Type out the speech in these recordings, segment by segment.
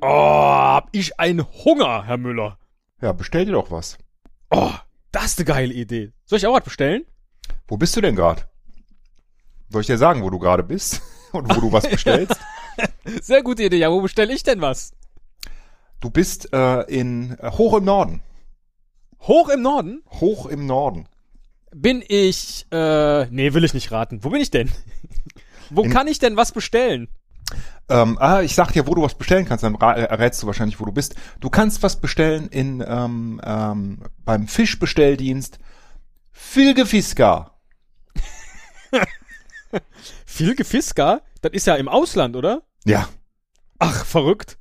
Oh, einen Hunger, Herr Müller. Ja, bestell dir doch was. Oh, das ist eine geile Idee. Soll ich auch was bestellen? Wo bist du denn gerade? Soll ich dir sagen, wo du gerade bist und wo du was bestellst? Sehr gute Idee. Ja, wo bestelle ich denn was? Du bist äh, in äh, hoch im Norden. Hoch im Norden Hoch im Norden. bin ich. Äh, nee, will ich nicht raten. Wo bin ich denn? Wo In- kann ich denn was bestellen? Ähm, ah, ich sag dir, wo du was bestellen kannst, dann ra- äh, errätst du wahrscheinlich, wo du bist. Du kannst was bestellen in ähm, ähm, beim Fischbestelldienst Filgefiska. Viel Gefiska? Das ist ja im Ausland, oder? Ja. Ach, verrückt.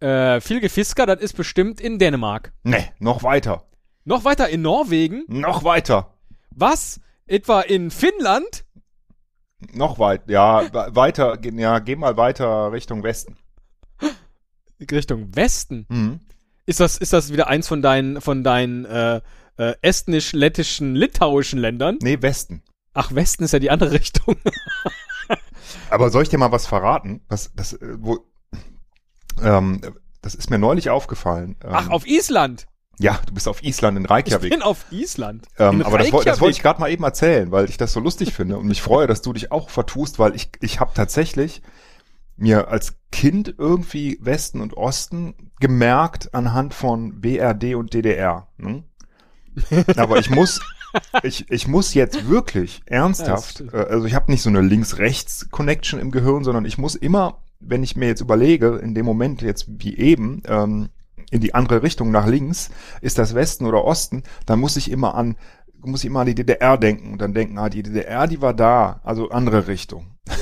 Äh, viel Gefiska, das ist bestimmt in Dänemark. Nee, noch weiter. Noch weiter in Norwegen? Noch weiter. Was? Etwa in Finnland? Noch weit. Ja, we- weiter. ge- Ja, geh mal weiter Richtung Westen. Richtung Westen? Mhm. Ist das, ist das wieder eins von deinen, von deinen äh, äh, estnisch-lettischen, litauischen Ländern? Nee, Westen. Ach, Westen ist ja die andere Richtung. Aber soll ich dir mal was verraten? Was, das, äh, wo, ähm, das ist mir neulich aufgefallen. Ähm, Ach, auf Island. Ja, du bist auf Island in Ich Reykjavik. bin auf Island. Ähm, In aber das, woll- das Reykjavik. wollte ich gerade mal eben erzählen, weil ich das so lustig finde und mich freue, dass du dich auch vertust, weil ich, ich habe tatsächlich mir als Kind irgendwie Westen und Osten gemerkt anhand von BRD und DDR. Ne? Aber ich muss, ich, ich muss jetzt wirklich ernsthaft, stimmt. äh, also ich habe nicht so eine Links-Rechts-Connection im Gehirn, sondern ich muss immer, wenn ich mir jetzt überlege, in dem Moment jetzt wie eben, ähm, in die andere Richtung nach links, ist das Westen oder Osten, dann muss ich immer an, muss ich immer an die DDR denken und dann denken, ah, die DDR, die war da, also andere Richtung.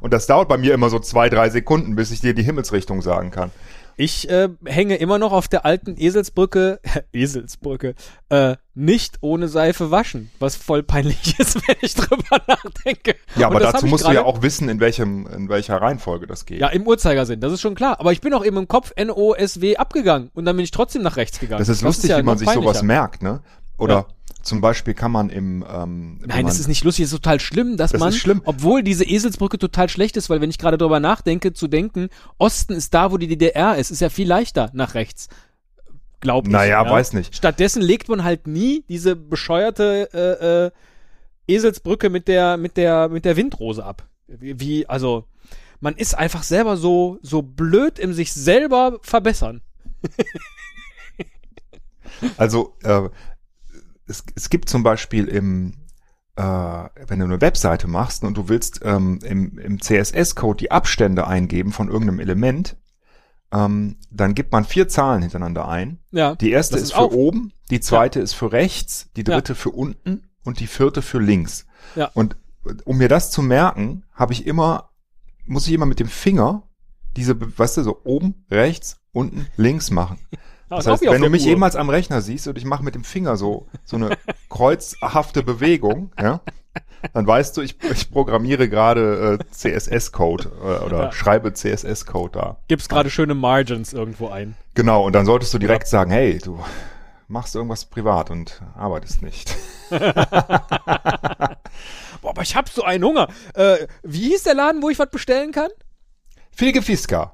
Und das dauert bei mir immer so zwei, drei Sekunden, bis ich dir die Himmelsrichtung sagen kann. Ich äh, hänge immer noch auf der alten Eselsbrücke, Eselsbrücke, äh, nicht ohne Seife waschen, was voll peinlich ist, wenn ich drüber nachdenke. Ja, Und aber das hab dazu ich musst du ja gerade- auch wissen, in welchem, in welcher Reihenfolge das geht. Ja, im Uhrzeigersinn, das ist schon klar. Aber ich bin auch eben im Kopf N-O-S-W abgegangen und dann bin ich trotzdem nach rechts gegangen. Das ist lustig, ja wie man noch sich sowas peinlicher. merkt, ne? Oder Ja. zum Beispiel kann man im ähm, wenn Nein, man, das ist nicht lustig, das ist total schlimm, dass Das man, ist schlimm. obwohl diese Eselsbrücke total schlecht ist, weil wenn ich gerade drüber nachdenke, zu denken, Osten ist da, wo die DDR ist, ist ja viel leichter nach rechts. Glaubt Naja, ich. weiß nicht. Stattdessen legt man halt nie diese bescheuerte äh, äh, Eselsbrücke mit der mit der mit der Windrose ab. Wie, wie also man ist einfach selber so so blöd im sich selber verbessern. Also äh, es, es gibt zum Beispiel im äh, wenn du eine Webseite machst und du willst ähm, im, im CSS-Code die Abstände eingeben von irgendeinem Element, ähm, dann gibt man vier Zahlen hintereinander ein. Ja. Die erste Das ist ist für auf. oben, die zweite ist für rechts, die Ja. dritte für unten und die vierte für links. Ja. Und um mir das zu merken, habe ich immer, muss ich immer mit dem Finger diese, Be- weißt du, so oben, rechts, unten, links machen. Das heißt, wenn du mich jemals am Rechner siehst und ich mache mit dem Finger so, so eine kreuzhafte Bewegung, ja, dann weißt du, ich, ich programmiere gerade äh, CSS-Code äh, oder Ja. schreibe CSS-Code da. gibst gerade schöne Margins irgendwo ein. Genau, und dann solltest du direkt sagen, hey, du machst irgendwas privat und arbeitest nicht. Boah, aber ich hab so einen Hunger. Äh, wie hieß der Laden, wo ich was bestellen kann? Viel Gefiska.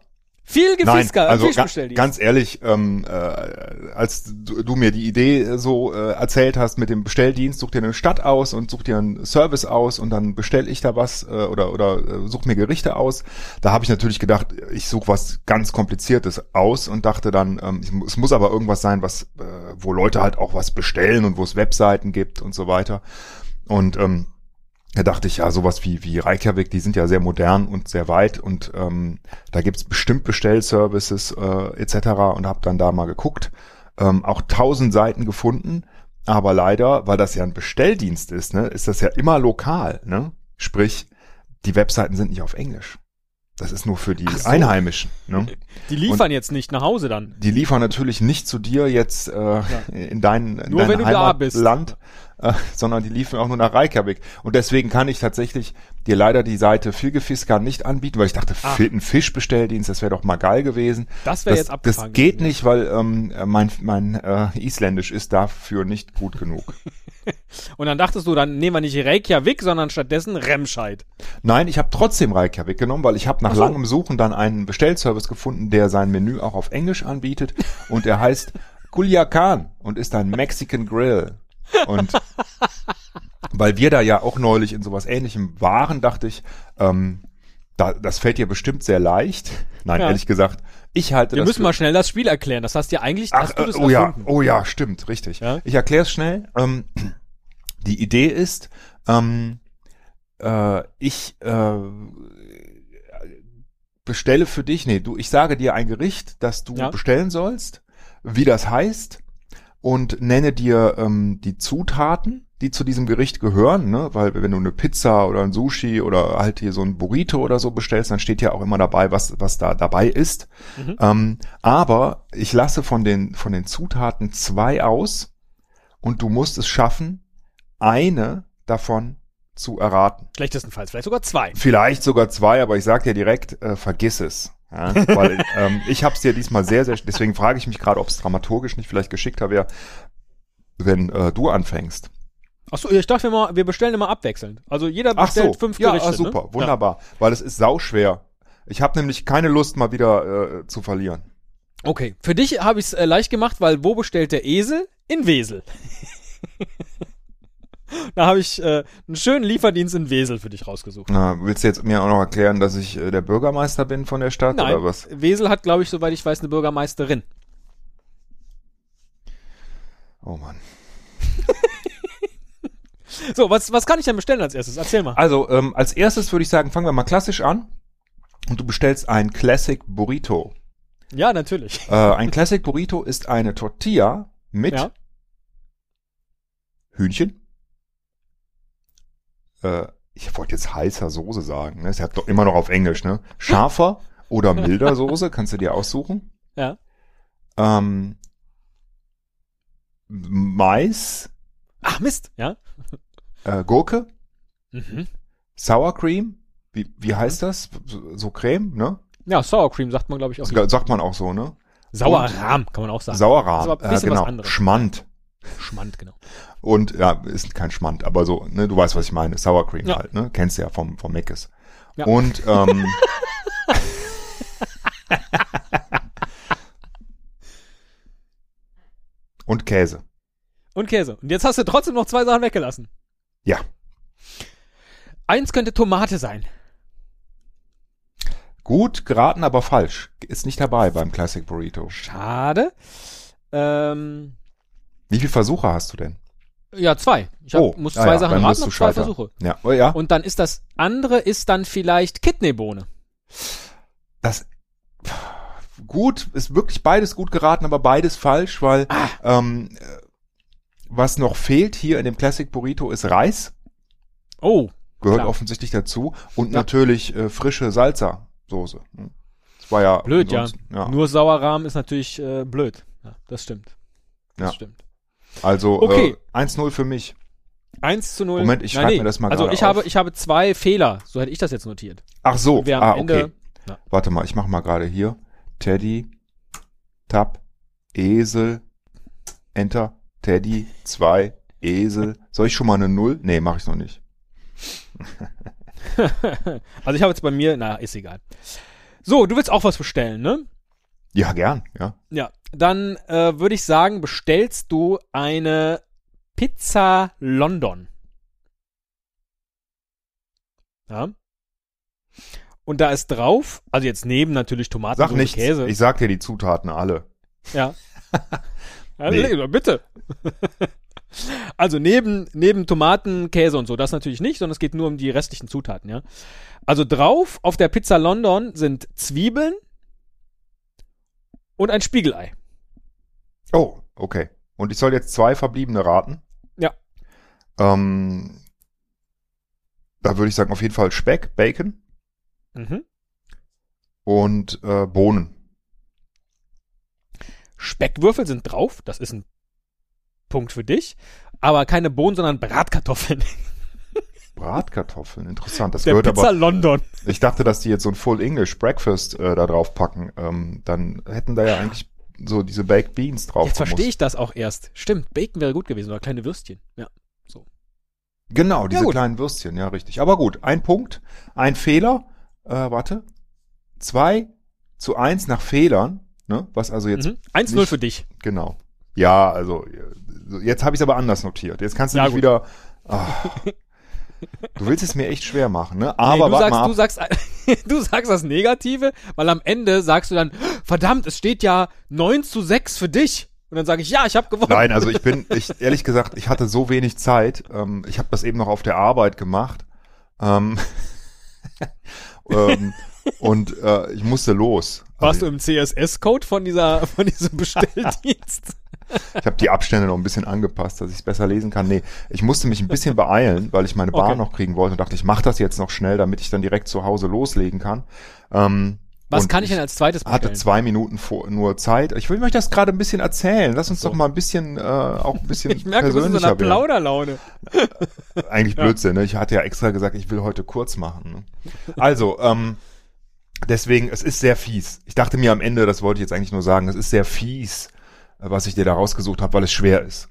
Viel Gefiska, Nein, also Fisch ga bestell die. ganz ehrlich, ähm, äh, als du, du mir die Idee äh, so äh, erzählt hast mit dem Bestelldienst, such dir eine Stadt aus und such dir einen Service aus und dann bestell ich da was äh, oder oder äh, such mir Gerichte aus. Da habe ich natürlich gedacht, ich suche was ganz Kompliziertes aus und dachte dann, ähm, ich, mu- es muss aber irgendwas sein, was äh, wo Leute halt auch was bestellen und wo es Webseiten gibt und so weiter. Und ähm, da dachte ich ja, sowas wie, wie Reykjavik, die sind ja sehr modern und sehr weit und ähm, da gibt's bestimmt Bestellservices äh, etc. und habe dann da mal geguckt, ähm, auch tausend Seiten gefunden, aber leider, weil das ja ein Bestelldienst ist, ne, ist das ja immer lokal, ne? Sprich, die Webseiten sind nicht auf Englisch. Das ist nur für die Ach so. Einheimischen. Ne? die liefern jetzt nicht nach Hause dann. Die liefern natürlich nicht zu dir jetzt äh, in dein, in Nur dein wenn du da bist. Heimatland, äh, sondern die liefern auch nur nach Reykjavik. Und deswegen kann ich tatsächlich dir leider die Seite Filgefiska nicht anbieten, weil ich dachte, Ach. Fi- ein Fischbestelldienst, das wäre doch mal geil gewesen. Ah. Das wäre Das, jetzt abgefahren. das geht gewesen. nicht, weil ähm, mein, mein äh, Isländisch ist dafür nicht gut genug. Und dann dachtest du, dann nehmen wir nicht Reykjavik, sondern stattdessen Remscheid. Nein, ich habe trotzdem Reykjavik genommen, weil ich habe nach Ach so. langem Suchen dann einen Bestellservice gefunden, der sein Menü auch auf Englisch anbietet und er heißt Culiacan und ist ein Mexican Grill. Und weil wir da ja auch neulich in sowas ähnlichem waren, dachte ich, ähm, da, das fällt dir bestimmt sehr leicht. Nein, Ja. ehrlich gesagt, ich halte Wir das müssen für mal schnell das Spiel erklären. Das hast ja eigentlich, Ach, hast du das äh, oh ja, erfunden. oh ja, stimmt, richtig. Ja? Ich erkläre es schnell. Ähm, die Idee ist, ähm, äh, ich äh, bestelle für dich, nee, du, ich sage dir ein Gericht, das du Ja. bestellen sollst, wie das heißt und nenne dir ähm, die Zutaten, die zu diesem Gericht gehören, ne? weil wenn du eine Pizza oder ein Sushi oder halt hier so ein Burrito oder so bestellst, dann steht ja auch immer dabei, was, was da dabei ist. Mhm. Ähm, aber ich lasse von den, von den Zutaten zwei aus und du musst es schaffen, eine davon zu erraten. Schlechtestenfalls vielleicht sogar zwei. Vielleicht sogar zwei, aber ich sag dir direkt, äh, vergiss es. Ja, weil ähm, ich hab's dir diesmal sehr, sehr, deswegen frage ich mich gerade, ob es dramaturgisch nicht vielleicht geschickter wäre, wenn äh, du anfängst. Achso, ich dachte immer, wir bestellen immer abwechselnd. Also jeder Ach bestellt so, fünf ja, Gerichte. ah, super, ne? wunderbar, weil es ist sauschwer. Ich habe nämlich keine Lust, mal wieder äh, zu verlieren. Ja. Okay, für dich habe ich es äh, leicht gemacht, weil wo bestellt der Esel? In Wesel. da habe ich äh, einen schönen Lieferdienst in Wesel für dich rausgesucht. Na, willst du jetzt mir auch noch erklären, dass ich äh, der Bürgermeister bin von der Stadt Nein, oder was? Wesel hat, glaube ich, soweit ich weiß, eine Bürgermeisterin. Oh Mann. So, was, was kann ich denn bestellen als erstes? Erzähl mal. Also, ähm, als erstes würde ich sagen, fangen wir mal klassisch an. Und du bestellst ein Classic Burrito. Ja, natürlich. Äh, ein Classic Burrito ist eine Tortilla mit Ja. Hühnchen. Äh, ich wollte jetzt heißer Soße sagen. Ne? Ist ja doch immer noch auf Englisch. Ne? Scharfer oder milder Soße kannst du dir aussuchen. Ja. Ähm, Mais, Ach, Mist. Ja. äh, Gurke, Mhm. Sour Cream. Wie, wie heißt das? So- So Creme, ne? Ja, Sour Cream sagt man, glaube ich, auch. Das sagt man auch so, ne? Sauerrahm kann man auch sagen. Das ist Sauerrahm, aber ein äh, bisschen was genau. anderes. Schmand. Schmand, genau. Und ja, ist kein Schmand, aber so, ne, du weißt, was ich meine. Sour Cream Ja. halt, ne? Kennst du ja vom, vom Meckes. Ja. Und ähm, und Käse. Und Käse. Und jetzt hast du trotzdem noch zwei Sachen weggelassen. Ja. Eins könnte Tomate sein. Gut geraten, aber falsch. Ist nicht dabei beim Classic Burrito. Schade. Ähm, Wie viele Versuche hast du denn? ja, zwei. Ich hab, muss Oh, ja, zwei ja, Sachen dann raten wirst du und zwei scheitern. Versuche. Ja, oh, ja. Und dann ist das andere ist dann vielleicht Kidneybohne. das gut, ist wirklich beides gut geraten, aber beides falsch, weil Ah. ähm, äh, was noch fehlt hier in dem Classic Burrito ist Reis, Oh, gehört Klar. offensichtlich dazu und Ja. natürlich äh, frische Salsa-Soße. hm. Das war ja Blöd, ja. ansonsten- ja. nur Sauerrahm ist natürlich äh, blöd. Ja, das stimmt. Das Ja. stimmt. Also Okay. äh, 1-0 für mich. 1 zu 0. Moment, ich schreib mir das mal Also gerade ich habe, auf. ich habe zwei Fehler. So hätte ich das jetzt notiert. Ach so, Wir ah, am Ende- okay. Ja. Warte mal, ich mache mal gerade hier. Teddy, Tab, Esel, Enter, Teddy, 2, Esel. Soll ich schon mal eine Null? Nee, mache ich noch nicht. also ich habe jetzt bei mir, na, ist egal. So, du willst auch was bestellen, ne? Ja, gern, ja. Ja, dann äh, würde ich sagen, bestellst du eine Pizza London. Ja. Und da ist drauf, also jetzt neben natürlich Tomaten Sag Soße, nichts. Also Käse. Ich sag dir die Zutaten alle. ja. ja Nee. le- Bitte. also neben, neben Tomaten, Käse und so, das natürlich nicht, sondern es geht nur um die restlichen Zutaten, ja. Also drauf auf der Pizza London sind Zwiebeln und ein Spiegelei. Oh, okay. Und ich soll jetzt zwei verbliebene raten. Ja. Ähm, da würde ich sagen, auf jeden Fall Speck, Bacon Mhm. und äh, Bohnen. Speckwürfel sind drauf, das ist ein Punkt für dich, aber keine Bohnen, sondern Bratkartoffeln. Bratkartoffeln, interessant. Das Der gehört Pizza aber. London. Ich dachte, dass die jetzt so ein Full English Breakfast äh, da drauf packen. Ähm, dann hätten da ja eigentlich so diese Baked Beans drauf. Jetzt verstehe gemusst. ich das auch erst. Stimmt, Bacon wäre gut gewesen oder kleine Würstchen. Ja. Genau, diese gut. kleinen Würstchen, ja, richtig. Aber gut, ein Punkt, ein Fehler, äh, warte, zwei zu eins nach Fehlern, ne? was also jetzt, Mhm. 1-0 nicht- für dich. genau. Ja, also, äh, jetzt habe ich es aber anders notiert. Jetzt kannst du Ja, nicht gut. wieder, ah. du willst es mir echt schwer machen, ne? Nee, Aber du, warte sagst, mal ab. du, sagst, du sagst das Negative, weil am Ende sagst du dann, verdammt, es steht ja 9 zu 6 für dich. Und dann sage ich, ja, ich habe gewonnen. Nein, also ich bin, ich, ehrlich gesagt, ich hatte so wenig Zeit. Ähm, ich habe das eben noch auf der Arbeit gemacht. Ähm, ähm, und äh, ich musste los. Warst Also du im CSS-Code von dieser, von diesem Bestelldienst? ich habe die Abstände noch ein bisschen angepasst, dass ich es besser lesen kann. Nee, ich musste mich ein bisschen beeilen, weil ich meine Bahn Okay. noch kriegen wollte und dachte, ich mache das jetzt noch schnell, damit ich dann direkt zu Hause loslegen kann. Ähm, Was und kann ich denn als zweites hatte bestellen? zwei Minuten vor, nur Zeit. Ich will euch das gerade ein bisschen erzählen. Lass uns doch mal ein bisschen, äh, auch ein bisschen ich merke, du bist in so persönlicher einer werden. Plauderlaune. eigentlich Blödsinn. Ne? Ich hatte ja extra gesagt, ich will heute kurz machen. Ne? Also, ähm, deswegen, es ist sehr fies. Ich dachte mir am Ende, das wollte ich jetzt eigentlich nur sagen, es ist sehr fies, äh, was ich dir da rausgesucht habe, weil es schwer ist.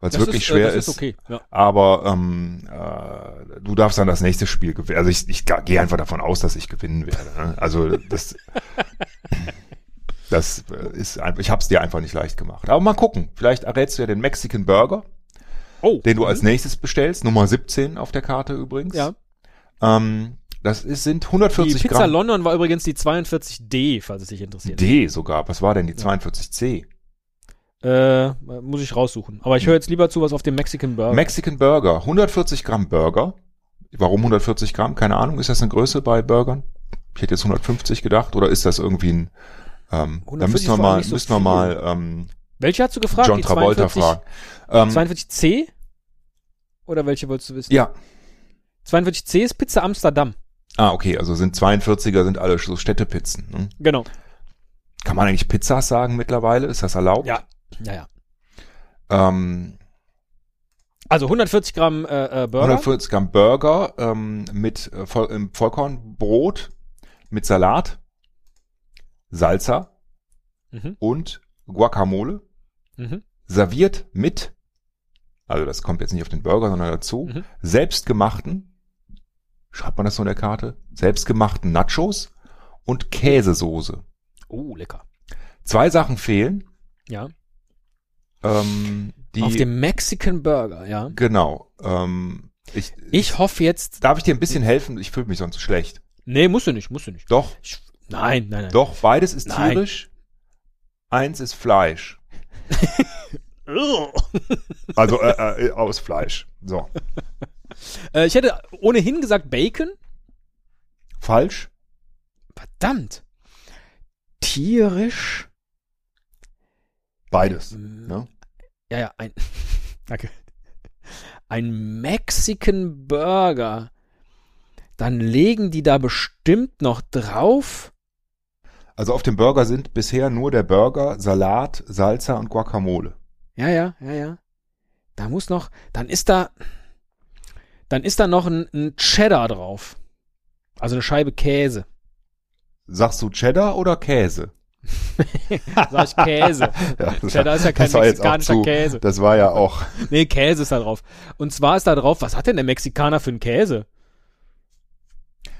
Weil es wirklich ist, äh, schwer das ist. ist okay. Ja. Aber ähm, äh, du darfst dann das nächste Spiel gewinnen. Also ich, ich gehe einfach davon aus, dass ich gewinnen werde. Ne? Also das, das äh, ist einfach, ich habe es dir einfach nicht leicht gemacht. Aber mal gucken. Vielleicht errätst du ja den Mexican Burger Oh. den du als nächstes bestellst, Nummer 17 auf der Karte übrigens. ja. Ähm, das ist, sind Die 140 Pizza Gramm London war übrigens die 42D, falls es dich interessiert. D sogar. Was war denn die 42C? Äh, muss ich raussuchen. Aber ich höre jetzt lieber zu, was auf dem Mexican Burger. Mexican Burger, 140 Gramm Burger. Warum 140 Gramm? Keine Ahnung. Ist das eine Größe bei Burgern? Ich hätte jetzt 150 gedacht. Oder ist das irgendwie ein... Ähm, da 140 müssen wir vor allem mal, nicht so müssen wir viel. mal ähm, Welche hast du gefragt? John Die Travolta 42 fragen. Ähm, 42C? Oder welche wolltest du wissen? ja, 42C ist Pizza Amsterdam. ah okay, also sind 42er, sind alle so Städtepizzen. Ne? Genau. Kann man eigentlich Pizzas sagen mittlerweile? Ist das erlaubt? Ja. Ja, ja. Ähm, Also 140 Gramm äh, äh, Burger. 140 Gramm Burger ähm, mit äh, Voll im Vollkornbrot, mit Salat, Salsa Mhm, und Guacamole, mhm. serviert mit, also das kommt jetzt nicht auf den Burger, sondern dazu, Mhm. selbstgemachten, schreibt man das so in der Karte, selbstgemachten Nachos und Käsesoße. Oh, lecker. Zwei Sachen fehlen, Ja. ähm, die, Auf dem Mexican Burger, ja. genau, ähm, ich, Ich hoffe jetzt. darf ich dir ein bisschen helfen? Ich fühle mich sonst schlecht. Nee, musst du nicht, musst du nicht. Doch, Ich, nein, nein, nein. Doch, beides ist Nein. tierisch. Eins ist Fleisch. Ugh. Also äh, äh, aus Fleisch. So. Äh, ich hätte ohnehin gesagt Bacon. Falsch? Verdammt. Tierisch. Beides. Mm, Ne? Ja, ja, ein. Danke. Ein Mexican Burger. Dann legen die da bestimmt noch drauf. Also auf dem Burger sind bisher nur der Burger, Salat, Salsa und Guacamole. Ja, ja, ja, ja. Da muss noch, dann ist da, dann ist da noch ein, ein Cheddar drauf. Also eine Scheibe Käse. Sagst du Cheddar oder Käse? Sag ich Käse. Ja, das, Cheddar ist ja kein das war jetzt auch mexikanischer zu- Käse. Das war ja auch. Nee, Käse ist da drauf. Und zwar ist da drauf, was hat denn der Mexikaner für einen Käse?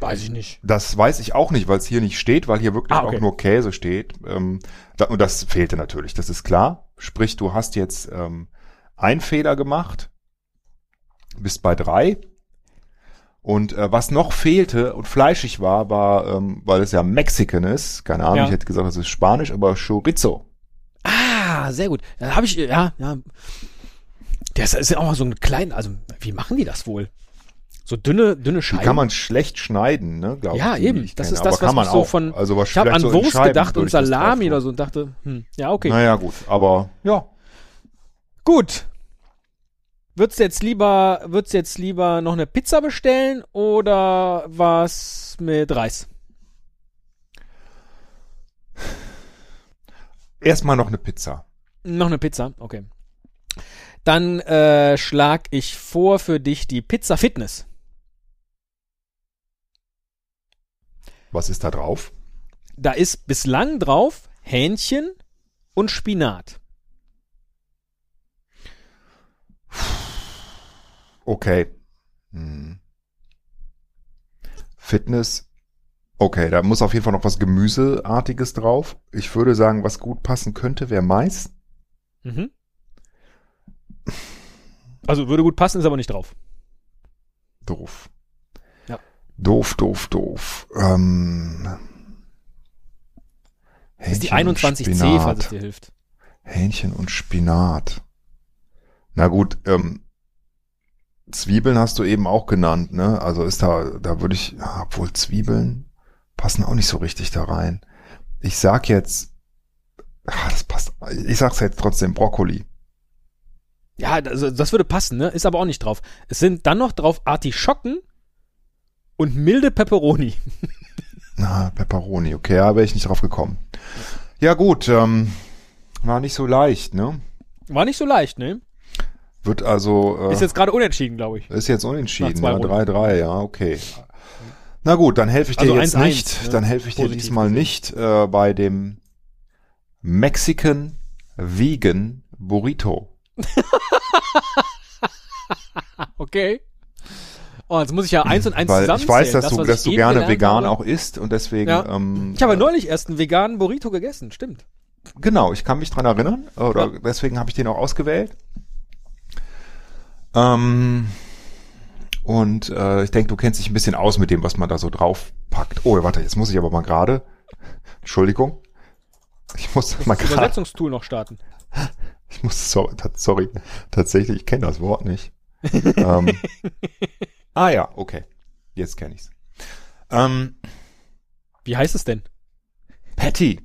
Weiß ich nicht. Das weiß ich auch nicht, weil es hier nicht steht, weil hier wirklich Ah, okay. auch nur Käse steht. Ähm, da, und das fehlte natürlich, das ist klar. Sprich, du hast jetzt ähm, einen Fehler gemacht, bist bei drei. Und äh, was noch fehlte und fleischig war, war, ähm, weil es ja Mexican ist, keine Ahnung, Ja. ich hätte gesagt, es ist Spanisch, aber Chorizo. Ah, sehr gut. Da habe ich, ja, ja. Das ist ja auch mal so ein kleiner, also wie machen die das wohl? So dünne, dünne Die Scheiben. kann man schlecht schneiden, ne? Glaub Ja, die eben. ich Das kenne. ist das, Aber kann was man mich so auch. von- ich Also habe wahrscheinlich an so in Wurst Scheiben gedacht würde und ich das Salami drauf oder tun. so und dachte, hm, ja, okay. Naja, gut, aber ja, Gut. Würdest du jetzt lieber, würdest du jetzt lieber noch eine Pizza bestellen oder was mit Reis? erstmal noch eine Pizza. Noch eine Pizza, okay. Dann äh, schlag ich vor für dich die Pizza Fitness. Was ist da drauf? Da ist bislang drauf Hähnchen und Spinat. Okay. Hm. Fitness. Okay, da muss auf jeden Fall noch was Gemüseartiges drauf. Ich würde sagen, was gut passen könnte, wäre Mais. Mhm. Also würde gut passen, ist aber nicht drauf. Doof. Ja. Doof, doof, doof. Ähm, Das ist die Hähnchen und 21c, Spinat. falls es dir hilft. Hähnchen und Spinat. Na gut, ähm, Zwiebeln hast du eben auch genannt, ne? Also ist da, da würde ich, ja, obwohl Zwiebeln passen auch nicht so richtig da rein. Ich sag jetzt, ah, das passt, ich sag's jetzt trotzdem Brokkoli. Ja, also das würde passen, ne? Ist aber auch nicht drauf. Es sind dann noch drauf Artischocken und milde Pepperoni. Na, Pepperoni, okay, da wäre ich nicht drauf gekommen. Ja gut, ähm, war nicht so leicht, ne? War nicht so leicht, ne? Wird also, äh, Ist jetzt gerade unentschieden, glaube ich. Ist jetzt unentschieden, Nach zwei ja, Runden. 3-3, ja, okay. Na gut, dann helfe ich dir Also jetzt 1-1, nicht, ne? dann helfe ich dir Positiv diesmal gesehen. nicht äh, bei dem Mexican Vegan Burrito. Okay. Oh, jetzt muss ich ja eins und eins Weil ich zusammenzählen. weiß, dass das, du, was dass du eben gerne gelernt vegan habe. auch isst und deswegen, Ja. ähm, Ich habe äh, neulich erst einen veganen Burrito gegessen, stimmt. genau, ich kann mich dran erinnern, oder deswegen habe ich den auch ausgewählt. Ähm, und äh, ich denke, du kennst dich ein bisschen aus mit dem, was man da so draufpackt. Oh, warte, jetzt muss ich aber mal gerade. Entschuldigung. Ich muss mal Das gerade. Übersetzungstool noch starten. Ich muss sorry, ta- sorry tatsächlich, ich kenne das Wort nicht. ähm, ah ja, okay. Jetzt kenne ich's. Ähm, Wie heißt es denn? Patty,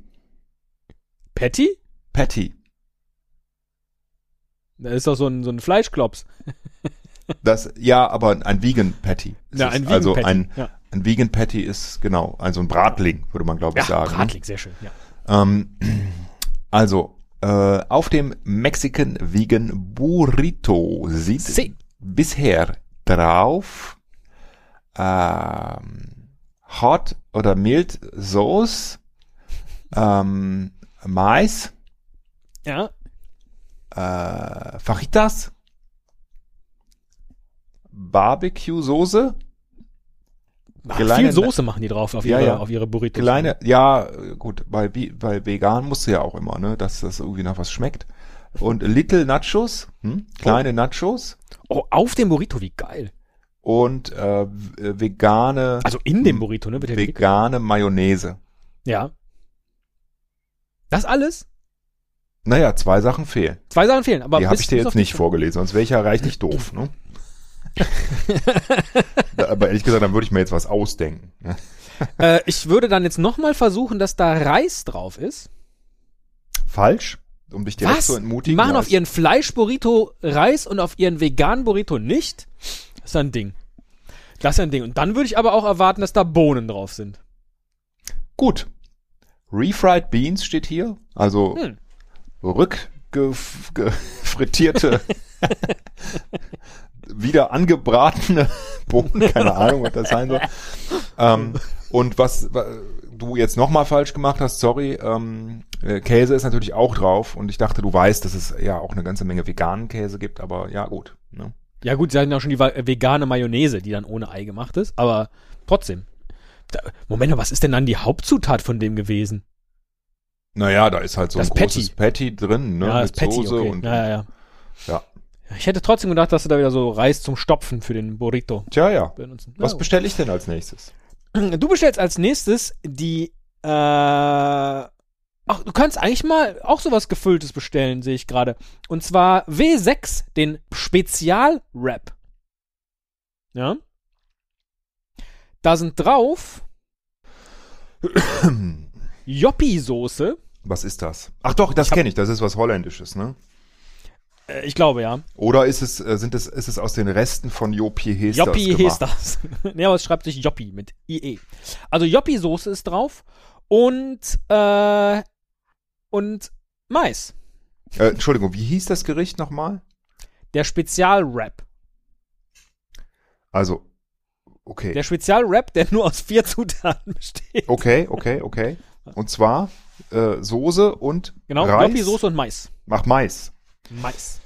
Patty? Patty. Das ist doch so ein, so ein Fleischklops. Das ja, aber ein Vegan Patty. Es Ja, ist ein Vegan also Patty. ein ja, ein Vegan Patty ist genau, also ein Bratling würde man glaube ja ich sagen. ne? Bratling, sehr schön. Ja. Ähm, also, äh, auf dem Mexican Vegan Burrito sieht Si. bisher drauf ähm, Hot oder Mild Sauce, ähm, Mais, ja. äh, Fajitas, Barbecue Soße, Ach, Kleine- viel Soße machen die drauf auf Ja, ihre, ja. Auf ihre Burritos. Kleine, ja, äh, gut, bei, Vi- bei vegan musst du ja auch immer, ne, dass das irgendwie nach was schmeckt. Und Little Nachos, hm? kleine Nachos Oh, auf dem Burrito, wie geil. und äh, w- äh, vegane, Also in dem Hm. Burrito, ne? Bitte vegane Mayonnaise. Ja. Das alles? Naja, zwei Sachen fehlen. Zwei Sachen fehlen, aber die bis- habe ich dir bis auf jetzt die nicht fünf. vorgelesen, sonst wäre ich ja reichlich doof. Ne? Da- Aber ehrlich gesagt, dann würde ich mir jetzt was ausdenken. ne? Äh, ich würde dann jetzt nochmal versuchen, dass da Reis drauf ist. Falsch, um dich direkt Was? zu Die entmutigen. machen ja, auf ist- ihren Fleischburrito Reis und auf ihren veganen Burrito nicht. Das ist ein Ding. Das ist ein Ding. Und dann würde ich aber auch erwarten, dass da Bohnen drauf sind. Gut. Refried Beans steht hier, also Hm. rückgefrittierte, wieder angebratene Bohnen, keine Ahnung, was das sein soll. Ähm, und was wa- du jetzt nochmal falsch gemacht hast, sorry, ähm, äh, Käse ist natürlich auch drauf und ich dachte, du weißt, dass es ja auch eine ganze Menge veganen Käse gibt, aber ja gut. Ne? Ja gut, sie hatten auch schon die wa- äh, vegane Mayonnaise, die dann ohne Ei gemacht ist, aber trotzdem. Da, Moment, aber was ist denn dann die Hauptzutat von dem gewesen? Naja, da ist halt so Das ein großes Patty drin, ne? ja, das mit Patty, Soße okay. und ja, ja, ja. Ja. Ich hätte trotzdem gedacht, dass sie da wieder so Reis zum Stopfen für den Burrito Tja, ja. benutzen. Na Was gut. bestelle ich denn als nächstes? Du bestellst als nächstes die. Äh, ach, du kannst eigentlich mal auch sowas Gefülltes bestellen, sehe ich gerade. Und zwar W6, den Spezial-Wrap. Ja. Da sind drauf Joppi-Soße. Was ist das? Ach doch, das Ich hab- kenne ich. Das ist was Holländisches, ne? Äh, ich glaube, ja. Oder ist es, äh, sind es, ist es aus den Resten von Jopie Hestas Joppi gemacht? hieß das. nee, aber es schreibt sich Joppi mit IE. Also Joppi-Soße ist drauf. Und, äh, und Mais. Äh, Entschuldigung, wie hieß das Gericht nochmal? Der Spezial-Wrap. Also, okay. Der Spezialwrap, der nur aus vier Zutaten besteht. okay, okay, okay. Und zwar äh, Soße und Genau, Reis. Joppi-Soße und Mais. Mach Mais. Mais.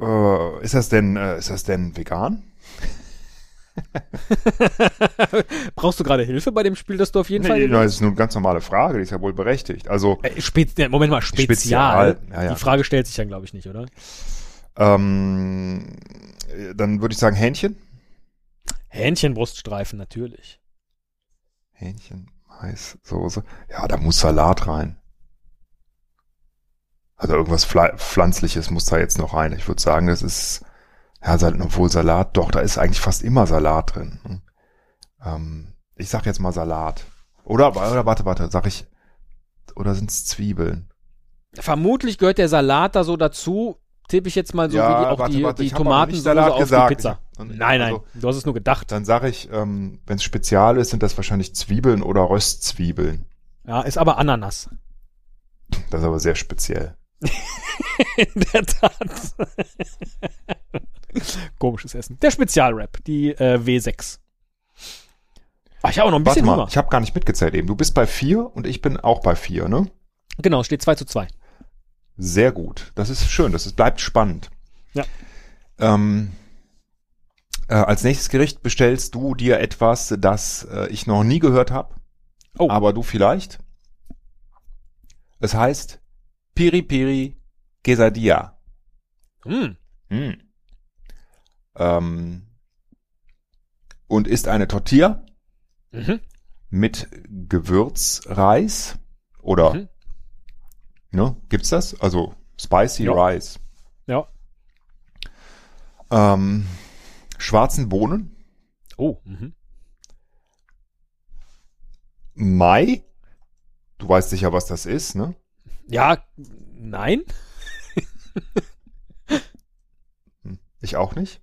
Äh, ist das denn, äh, ist das denn vegan? Brauchst du gerade Hilfe bei dem Spiel, das du auf jeden Nee, Fall. nee, das ist nur eine ganz normale Frage, die ist ja wohl berechtigt. Also, Äh, Spez nee, Moment mal, Spezial. Spezial, ja, ja. Die Frage stellt sich dann, glaube ich, nicht, oder? ähm, äh, dann würde ich sagen Hähnchen. Hähnchenbruststreifen, natürlich. Hähnchen, Mais, Soße. Ja, da muss Salat rein. Also irgendwas Pfla- Pflanzliches muss da jetzt noch rein. Ich würde sagen, das ist, ja, Sal- obwohl Salat, doch, da ist eigentlich fast immer Salat drin. hm. Ähm, ich sag jetzt mal Salat. Oder, wa- oder warte, warte, sag ich, oder sind's Zwiebeln? Vermutlich gehört der Salat da so dazu. Tippe ich jetzt mal so, wie die, auch die, die hab aber nicht Salat Tomatensoße auf gesagt. die Ich Pizza. hab- Nein, nein, also, du hast es nur gedacht. dann sage ich, ähm, wenn es spezial ist, sind das wahrscheinlich Zwiebeln oder Röstzwiebeln. Ja, ist aber Ananas. Das ist aber sehr speziell. In der Tat. Komisches Essen. Der Spezialrap, die äh, W6. Ach, ich habe auch noch ein Warte bisschen mal, Hunger. ich habe gar nicht mitgezählt eben. Du bist bei vier und ich bin auch bei vier, ne? Genau, steht 2 zu 2. Sehr gut. Das ist schön. Das ist, bleibt spannend. Ja. Ähm, äh, als nächstes Gericht bestellst du dir etwas, das äh, ich noch nie gehört habe. Oh. Aber du vielleicht. Es heißt Piri Piri Quesadilla. Hm. Hm. Ähm, und ist eine Tortilla Mhm. mit Gewürzreis oder Mhm. ne, gibt's das? Also Spicy Ja. Rice. Ja. Ähm, schwarzen Bohnen, Oh. Mhm. Mai. Du weißt sicher, was das ist, ne? Ja, nein. Ich auch nicht.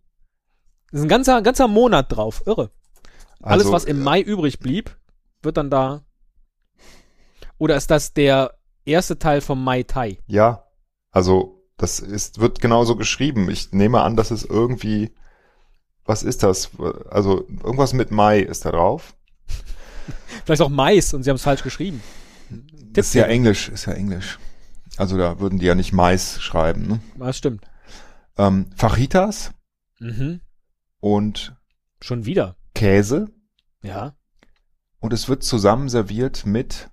Das ist ein ganzer, ganzer Monat drauf. Irre. Alles, Also, was im Mai übrig blieb, wird dann da. Oder ist das der erste Teil vom Mai Tai? Ja, also das ist, wird genauso geschrieben. Ich nehme an, dass es irgendwie, was ist das? Also irgendwas mit Mai ist da drauf. Vielleicht auch Mais und sie haben es falsch geschrieben. ist ja Englisch, ist ja Englisch. Also da würden die ja nicht Mais schreiben. Ne? Das stimmt. Ähm, Fajitas Mhm. und Schon wieder. Käse Ja. und es wird zusammen serviert mit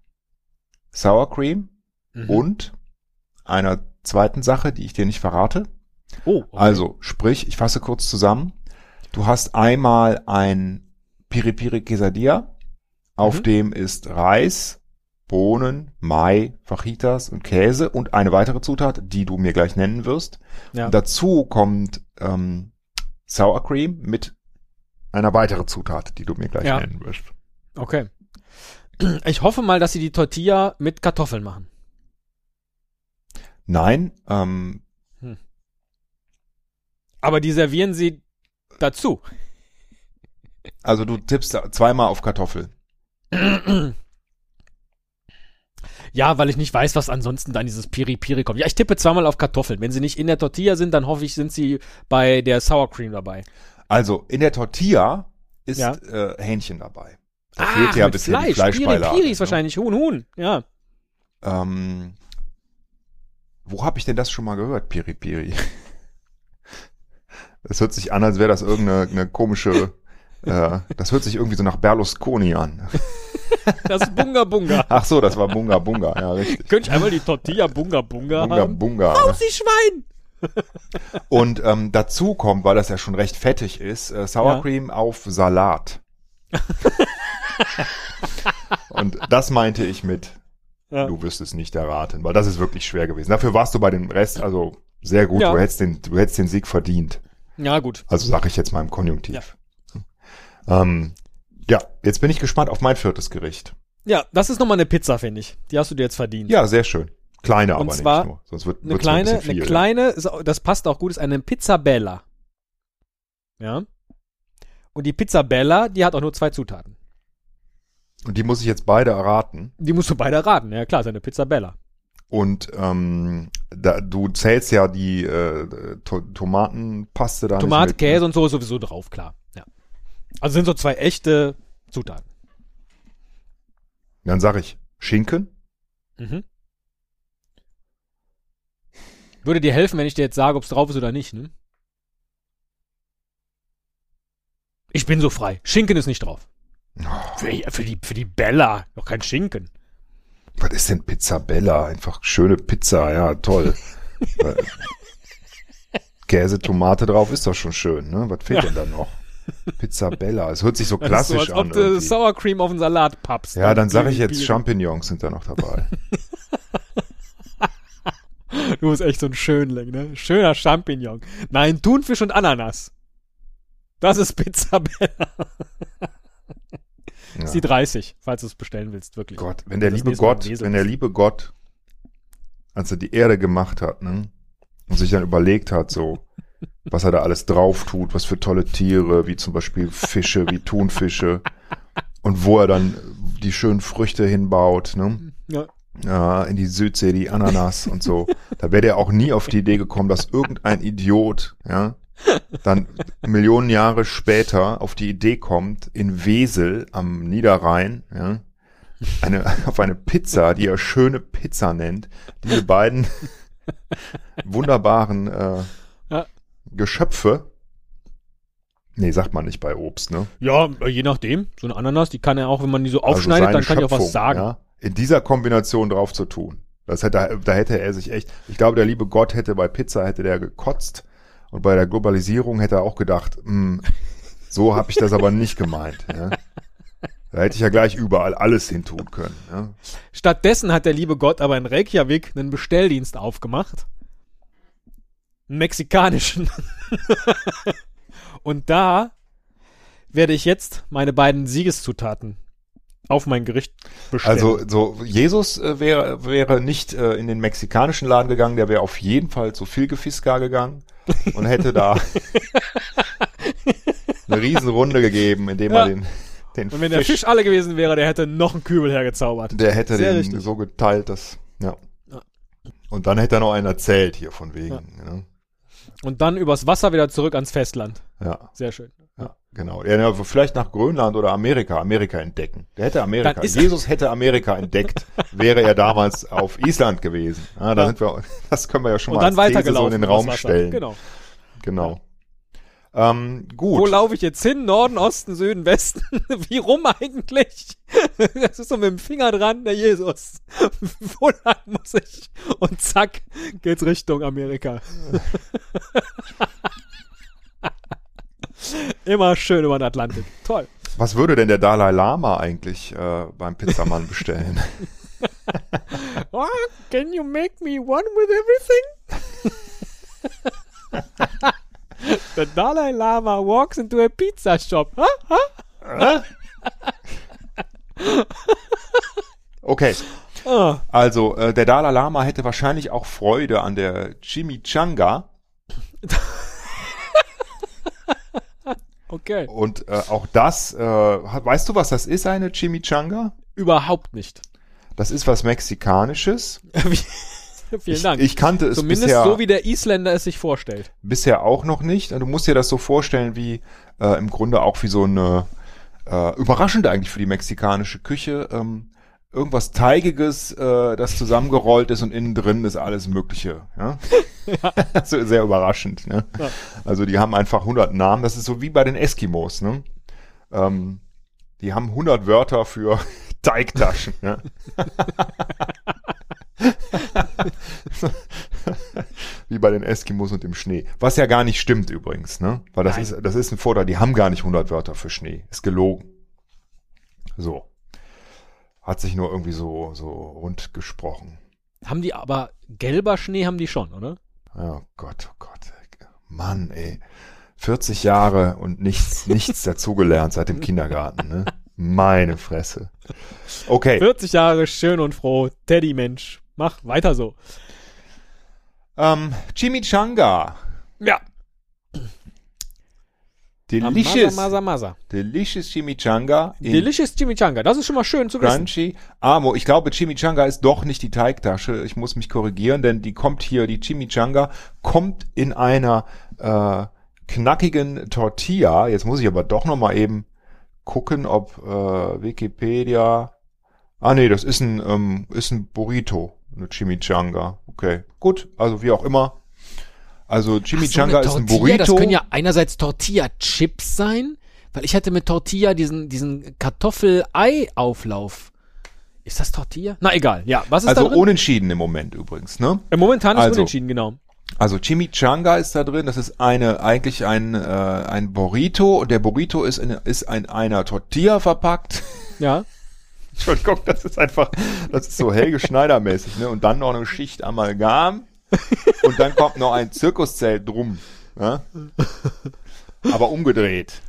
Sour Cream Mhm. und einer zweiten Sache, die ich dir nicht verrate. Oh, okay. Also, sprich, ich fasse kurz zusammen. Du hast einmal ein Piri Piri Quesadilla, auf Mhm. dem ist Reis, Bohnen, Mai, Fajitas und Käse und eine weitere Zutat, die du mir gleich nennen wirst. Ja. Dazu kommt ähm, Sour Cream mit einer weiteren Zutat, die du mir gleich Ja. nennen wirst. Okay. Ich hoffe mal, dass sie die Tortilla mit Kartoffeln machen. Nein, ähm, Aber die servieren sie dazu. also du tippst da zweimal auf Kartoffel. Ja, weil ich nicht weiß, was ansonsten dann dieses Piri Piri kommt. Ja, ich tippe zweimal auf Kartoffeln. Wenn sie nicht in der Tortilla sind, dann hoffe ich, sind sie bei der Sour Cream dabei. Also in der Tortilla ist Ja. äh, Hähnchen dabei. Da Ach, fehlt ja ein Ah, mit bisschen die Fleisch. Piri Fleischbeilage, Piri ist ne? wahrscheinlich Huhn Huhn. Ja. Ähm, wo habe ich denn das schon mal gehört, Piri Piri? Das hört sich an, als wäre das irgendeine eine komische. Äh, das hört sich irgendwie so nach Berlusconi an. Das ist Bunga Bunga. Ach so, das war Bunga Bunga, ja richtig. Könnte ich einmal die Tortilla Bunga Bunga, Bunga haben? Bunga. ne? Sie Schwein! Und ähm, dazu kommt, weil das ja schon recht fettig ist, äh, Sour Ja. Cream auf Salat. Und das meinte ich mit, Ja. du wirst es nicht erraten, weil das ist wirklich schwer gewesen. Dafür warst du bei dem Rest also sehr gut. Ja. Du, hättest den, du hättest den Sieg verdient. Ja, gut. Also sage ich jetzt mal im Konjunktiv. Ja. Ähm, ja, jetzt bin ich gespannt auf mein viertes Gericht. Ja, das ist nochmal eine Pizza, finde ich. Die hast du dir jetzt verdient. Ja, sehr schön. Kleine Und aber zwar nicht nur. Sonst wird Eine wird's mir kleine, ein bisschen eine viel. kleine, ist auch- das passt auch gut, ist eine Pizzabella. Ja. Und die Pizzabella, die hat auch nur zwei Zutaten. Und die muss ich jetzt beide erraten. Die musst du beide raten. Ja, klar, ist eine Pizzabella. Und ähm, da, du zählst ja die äh, to Tomatenpaste da. nicht Tomate, mit, ne? Käse und so ist sowieso drauf, klar. Ja. Also sind so zwei echte Zutaten. Dann sag ich Schinken. Mhm. Würde dir helfen, wenn ich dir jetzt sage, ob es drauf ist oder nicht, ne? Ich bin so frei. Schinken ist nicht drauf. Oh. Für, für die, für die Bella. Noch kein Schinken. Was ist denn Pizza Bella? Einfach schöne Pizza, ja, toll. Äh, Käse, Tomate drauf ist doch schon schön, ne? Was fehlt denn da noch? Pizza Bella. Es hört sich so Das ist klassisch so, als an. ob du irgendwie. Sour Cream auf den Salat pappst. ne? Ja, dann sage ich Bibi- jetzt, Champignons sind da noch dabei. Du bist echt so ein Schönling, ne? Schöner Champignon. Nein, Thunfisch und Ananas. Das ist Pizza Bella. Ja. Ist die 30, falls du es bestellen willst, wirklich. Gott, wenn der Das liebe nächste Mal Gott, Wesel wenn der ist. liebe Gott, als er die Erde gemacht hat, ne, und sich dann überlegt hat, so, was er da alles drauf tut, was für tolle Tiere, wie zum Beispiel Fische, wie Thunfische, und wo er dann die schönen Früchte hinbaut, ne, Ja. ja, in die Südsee, die Ananas und so, da wäre der auch nie auf die Idee gekommen, dass irgendein Idiot, ja, dann Millionen Jahre später auf die Idee kommt, in Wesel am Niederrhein, ja, eine, auf eine Pizza, die er schöne Pizza nennt, diese beiden wunderbaren äh, Ja. Geschöpfe. Nee, sagt man nicht bei Obst, ne? ja, äh, je nachdem. So eine Ananas, die kann er auch, wenn man die so aufschneidet, Also dann seine kann ich auch was Schöpfung, sagen. ja, in dieser Kombination drauf zu tun. Das hätte, da hätte er sich echt, ich glaube, der liebe Gott hätte bei Pizza hätte der gekotzt und bei der Globalisierung hätte er auch gedacht, hm, so habe ich das aber nicht gemeint. Ja. Da hätte ich ja gleich überall alles hin tun können. Ja. Stattdessen hat der liebe Gott aber in Reykjavik einen Bestelldienst aufgemacht. Einen mexikanischen. Und da werde ich jetzt meine beiden Siegeszutaten auf mein Gericht bestellen. Also so Jesus äh, wäre wäre nicht äh, in den mexikanischen Laden gegangen, der wäre auf jeden Fall zu viel Gefiska gegangen und hätte da eine Riesenrunde gegeben, indem Ja. er den den Und wenn der Fisch alle gewesen wäre, der hätte noch einen Kübel hergezaubert. der hätte Sehr den richtig. so geteilt, dass ja. Ja. Und dann hätte er noch einen erzählt hier von wegen. Ne? Und dann übers Wasser wieder zurück ans Festland. Ja, Sehr schön. ja, genau. Ja, ja, vielleicht nach Grönland oder Amerika, Amerika entdecken. Der hätte Amerika. Dann ist- Jesus hätte Amerika entdeckt, wäre er damals auf Island gewesen. Ah, da Ja. sind wir, das können wir ja schon Und mal dann als These so weitergelaufen. in den übers Raum Wasser. stellen. Genau. Genau. Ähm, gut. Wo laufe ich jetzt hin? Norden, Osten, Süden, Westen? Wie rum eigentlich? Das ist so mit dem Finger dran, der Jesus. Wo lang muss ich? Und zack, geht's Richtung Amerika. Immer schön über den Atlantik. Toll. Was würde denn der Dalai Lama eigentlich äh, beim Pizzamann bestellen? Ah, can you make me one with everything? The Dalai Lama walks into a pizza shop. Huh? Okay, Ah, also äh, der Dalai Lama hätte wahrscheinlich auch Freude an der Chimichanga okay. und äh, auch das, äh, hat, weißt du was das ist, eine Chimichanga? Überhaupt nicht. Das Das ist was Mexikanisches. Vielen Dank. Ich kannte es Zumindest bisher. so, wie der Isländer es sich vorstellt. bisher auch noch nicht. Und du musst dir das so vorstellen, wie äh, im Grunde auch wie so eine äh, überraschend eigentlich für die mexikanische Küche. Ähm, irgendwas Teigiges, äh, das zusammengerollt ist und innen drin ist alles Mögliche. Ja? so sehr überraschend. Ne? Ja. Also die haben einfach 100 Namen. Das ist so wie bei den Eskimos. Ne? Ähm, die haben 100 Wörter für Teigtaschen. Ne? Wie bei den Eskimos und dem Schnee. Was ja gar nicht stimmt übrigens, ne? Weil das Nein. ist, das ist ein Vorteil. Die haben gar nicht 100 Wörter für Schnee. Ist gelogen. So. Hat sich nur irgendwie so, so rund gesprochen. Haben die aber gelber Schnee haben die schon, oder? Oh Gott, oh Gott. Mann, ey. 40 Jahre und nichts, nichts dazugelernt seit dem Kindergarten, ne? Meine Fresse. Okay. 40 Jahre schön und froh, Teddy Mensch. Mach weiter so. Ähm, Chimichanga. Ja. Delicious. Masa, masa, masa. Delicious Chimichanga. in Delicious Chimichanga. Das ist schon mal schön zu wissen. Crunchy. Amo, ich glaube, Chimichanga ist doch nicht die Teigtasche. Ich muss mich korrigieren, denn die kommt hier, die Chimichanga kommt in einer äh, knackigen Tortilla. Jetzt muss ich aber doch noch mal eben gucken, ob äh, Wikipedia. Ah nee, das ist ein ähm, ist ein Burrito, eine Chimichanga. Okay, gut. Also wie auch immer. Also Chimichanga ist ein Burrito. ja einerseits Tortilla-Chips sein, Weil ich hätte mit Tortilla diesen, diesen Kartoffel-Ei-Auflauf. Ist das Tortilla? Na egal, ja. Was ist da Also drin? unentschieden im Moment übrigens, ne? Äh, Momentan ist Also. unentschieden, genau. Also Chimichanga ist da drin, das ist eine eigentlich ein äh, ein Burrito und der Burrito ist in ist in einer Tortilla verpackt. Ja. Entschuldigung, das ist einfach das ist so Helge Schneider mäßig, ne? Und dann noch eine Schicht Amalgam und dann kommt noch ein Zirkuszelt drum, ne? Aber umgedreht.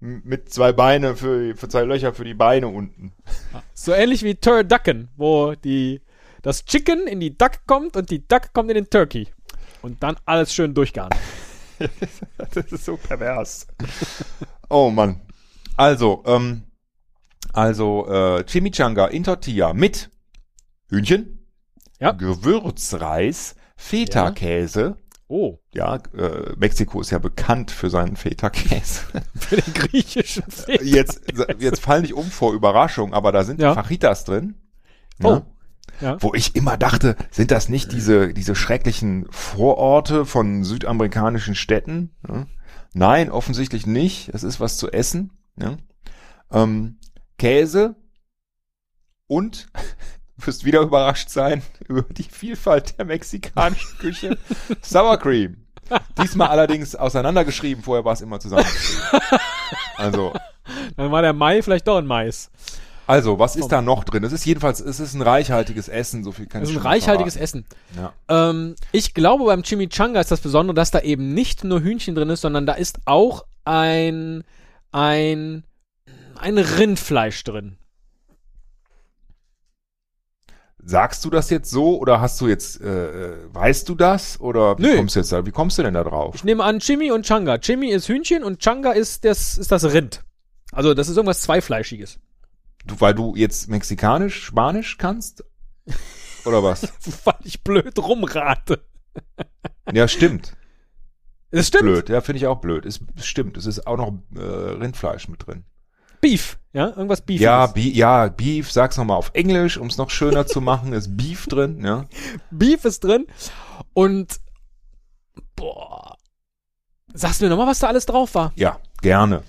M- Mit zwei Beine für, für zwei Löcher für die Beine unten. So ähnlich wie Turducken, wo die, das Chicken in die Duck kommt und die Duck kommt in den Turkey. Und dann alles schön durchgaren. Das ist so pervers. Oh Mann. Also, ähm, also äh, Chimichanga in Tortilla mit Hühnchen, Ja. Gewürzreis, Feta-Käse. Oh, Ja, äh, Mexiko ist ja bekannt für seinen Feta-Käse. für den griechischen Fehler. jetzt, jetzt fall nicht um vor Überraschung, aber da sind Ja. Fajitas drin. Oh. Ne? Ja. Wo ich immer dachte, sind das nicht diese, diese schrecklichen Vororte von südamerikanischen Städten? Ne? Nein, offensichtlich nicht. Es ist was zu essen. Ne? Ähm, Käse und du wirst wieder überrascht sein über die Vielfalt der mexikanischen Küche. Sour Cream. Diesmal allerdings auseinandergeschrieben, vorher war es immer zusammengeschrieben. Also, Dann war der Mai vielleicht doch ein Mais. also, was ist da noch drin? Es ist jedenfalls, es ist ein reichhaltiges Essen, so viel kann Das ich ist ein schon mal reichhaltiges Essen. verraten. Ähm, ich glaube, beim Chimichanga ist das Besondere, dass da eben nicht nur Hühnchen drin ist, sondern da ist auch ein, ein, ein Rindfleisch drin. Ja. Sagst du das jetzt so oder hast du jetzt, äh, äh, weißt du das oder wie Nö. kommst du jetzt da, wie kommst du denn da drauf? Ich nehme an Chimi und Changa. Chimi ist Hühnchen und Changa ist das, ist das Rind. Also, das ist irgendwas Zweifleischiges. Du, weil du jetzt mexikanisch, spanisch kannst? Oder was? Weil ich blöd rumrate. ja, stimmt. Es stimmt. Blöd, ja, finde ich auch blöd. Ist, stimmt, es ist auch noch äh, Rindfleisch mit drin. Beef. Ja, irgendwas Beef. Ja, Bie ja, Beef, sag's nochmal auf Englisch, um es noch schöner zu machen, ist Beef drin, ja. Beef ist drin. Und, boah. Sagst du mir nochmal, was da alles drauf war? Ja, gerne.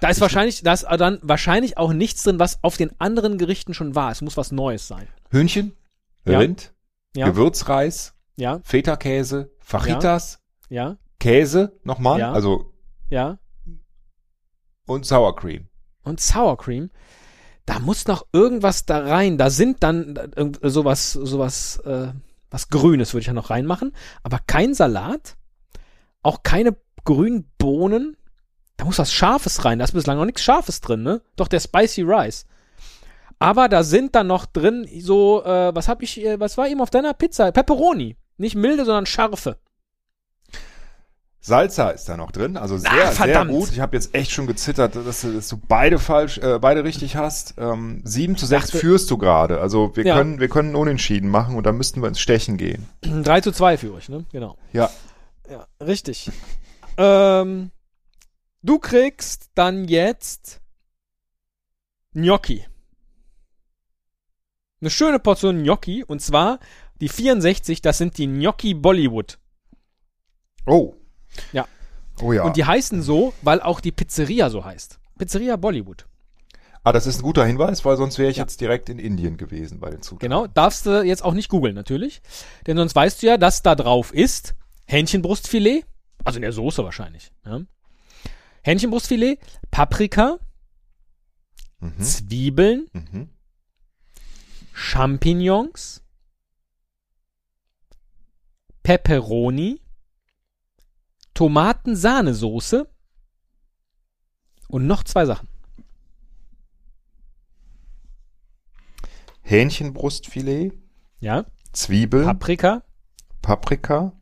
Da ist wahrscheinlich, da ist dann wahrscheinlich auch nichts drin, was auf den anderen Gerichten schon war. Es muss was Neues sein. Hühnchen, Ja. Rind, Ja. Gewürzreis, Ja, Feta-Käse, Fajitas, ja, Käse nochmal, Ja. also ja. und Sour Cream. Und Sour Cream. Da muss noch irgendwas da rein. Da sind dann äh, irgend- sowas, sowas, äh, was Grünes würde ich ja noch reinmachen. Aber kein Salat, auch keine grünen Bohnen. Da muss was Scharfes rein. Da ist bislang noch nichts Scharfes drin, ne? Doch der Spicy Rice. Aber da sind dann noch drin so, äh, was hab ich, äh, was war eben auf deiner Pizza? Pepperoni. Nicht milde, sondern scharfe. Salsa ist da noch drin, also Ah, sehr, sehr verdammt. gut. Ich habe jetzt echt schon gezittert, dass du, dass du beide falsch, äh, beide richtig hast. Ähm, sieben zu sechs dachte- führst du gerade. Also wir Ja. können, wir können unentschieden machen und dann müssten wir ins Stechen gehen. 3 zu 2 für euch, ne? Genau. Ja. Ja, richtig. ähm, du kriegst dann jetzt Gnocchi. Eine schöne Portion Gnocchi und zwar die 64, das sind die Gnocchi Bollywood. Oh. Ja. Oh ja. Und die heißen so, weil auch die Pizzeria so heißt. Pizzeria Bollywood. ah, das ist ein guter Hinweis, weil sonst wäre ich Ja. jetzt direkt in Indien gewesen bei den Zutaten. Genau, darfst du jetzt auch nicht googeln natürlich, denn sonst weißt du ja, dass da drauf ist Hähnchenbrustfilet, also in der Soße wahrscheinlich. Ja. Hähnchenbrustfilet, Paprika, Genau. Mhm. Zwiebeln, Mhm. Champignons, Pepperoni, Tomatensahnesoße und noch zwei Sachen. Hähnchenbrustfilet, Ja, Zwiebeln, Paprika, Paprika,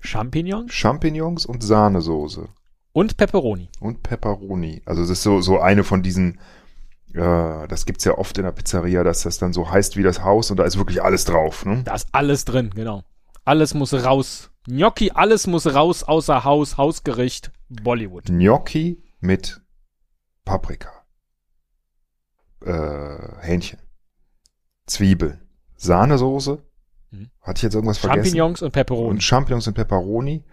Champignons Champignons und Sahnesoße. und Pepperoni. Und Pepperoni. Also es ist so, so eine von diesen, äh, das gibt's ja oft in der Pizzeria, dass das dann so heißt wie das Haus und da ist wirklich alles drauf. Ne? Da ist alles drin, genau. Alles muss raus. Gnocchi, alles muss raus, außer Haus, Hausgericht, Bollywood. Gnocchi mit Paprika. Äh, Hähnchen. Zwiebeln. Sahnesoße. Mhm. Hatte ich jetzt irgendwas vergessen? Champignons und Peperoni. Und Champignons und Pepperoni.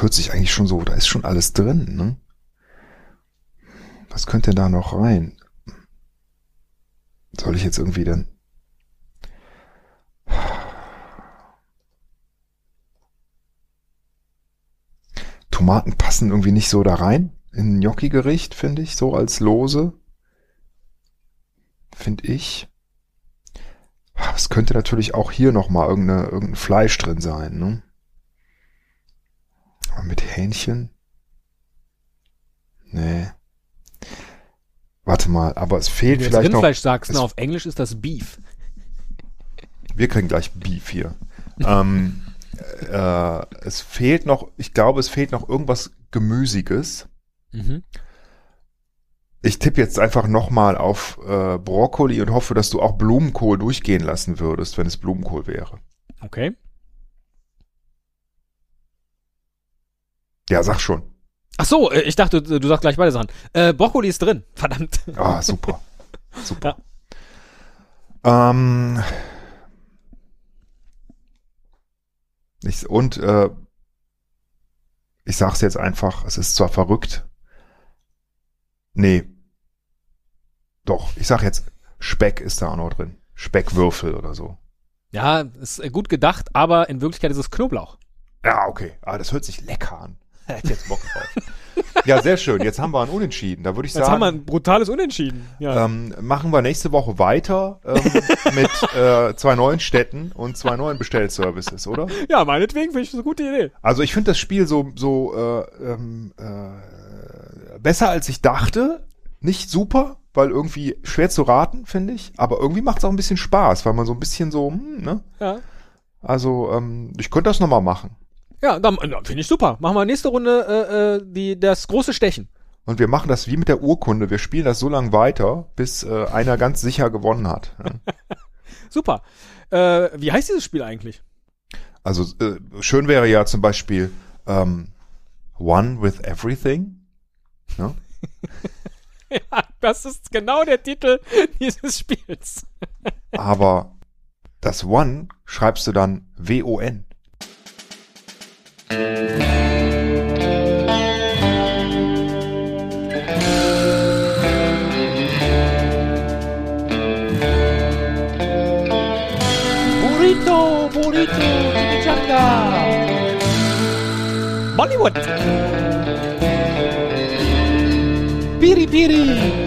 hört sich eigentlich schon so, da ist schon alles drin, ne? Was könnte da noch rein? Soll ich jetzt irgendwie dann? Tomaten passen irgendwie nicht so da rein in ein Gnocchi-Gericht, finde ich, so als lose. Finde ich. Ah, Es könnte natürlich auch hier nochmal irgendeine, irgendein Fleisch drin sein, ne? Aber mit Hähnchen? Nee. Warte mal, aber es Wenn fehlt du jetzt vielleicht noch. Rindfleisch sagst, es- na, auf Englisch ist das Beef. Wir kriegen gleich Beef hier. ähm, äh, es fehlt noch, ich glaube, es fehlt noch irgendwas Gemüsiges. Mhm. Ich tippe jetzt einfach nochmal auf äh, Brokkoli und hoffe, dass du auch Blumenkohl durchgehen lassen würdest, wenn es Blumenkohl wäre. Okay. Ja, sag schon. Ach so, äh, ich dachte, du du sagst gleich beide Sachen. Äh, Brokkoli ist drin. Verdammt. Ah, super. Super. Ähm, ich, und äh, ich sag's jetzt einfach, es ist zwar verrückt. Nee. Doch, ich sag jetzt, Speck ist da auch noch drin. Speckwürfel oder so. Ja, ist äh, gut gedacht, aber in Wirklichkeit ist es Knoblauch. Ja, okay. Ah, das hört sich lecker an. Hätte jetzt Bock drauf. ja, sehr schön. Jetzt haben wir einen Unentschieden. Da würde ich Jetzt sagen. haben wir ein brutales Unentschieden. Ja. Ähm, machen wir nächste Woche weiter ähm, mit äh, zwei neuen Städten und zwei neuen Bestellservices, oder? ja, meinetwegen finde ich das eine gute Idee. Also ich finde das Spiel so, so äh, ähm, äh, besser als ich dachte. Nicht super, weil irgendwie schwer zu raten, finde ich. Aber irgendwie macht es auch ein bisschen Spaß, weil man so ein bisschen so, hm, ne? Ja, Also ähm, ich könnte das nochmal machen. ja dann äh, na, finde ich super. Machen wir nächste Runde äh, äh, die, das große Stechen. Und wir machen das wie mit der Urkunde. Wir spielen das so lange weiter, bis äh, einer ganz sicher gewonnen hat. Ja. Super. Äh, wie heißt dieses Spiel eigentlich? Also äh, schön wäre ja zum Beispiel ähm, One with Everything. Ne? Das ist genau der Titel dieses Spiels. Aber das One schreibst du dann W-O-N. Burrito, Burrito, Chimichanga. Bollywood. Piri Piri.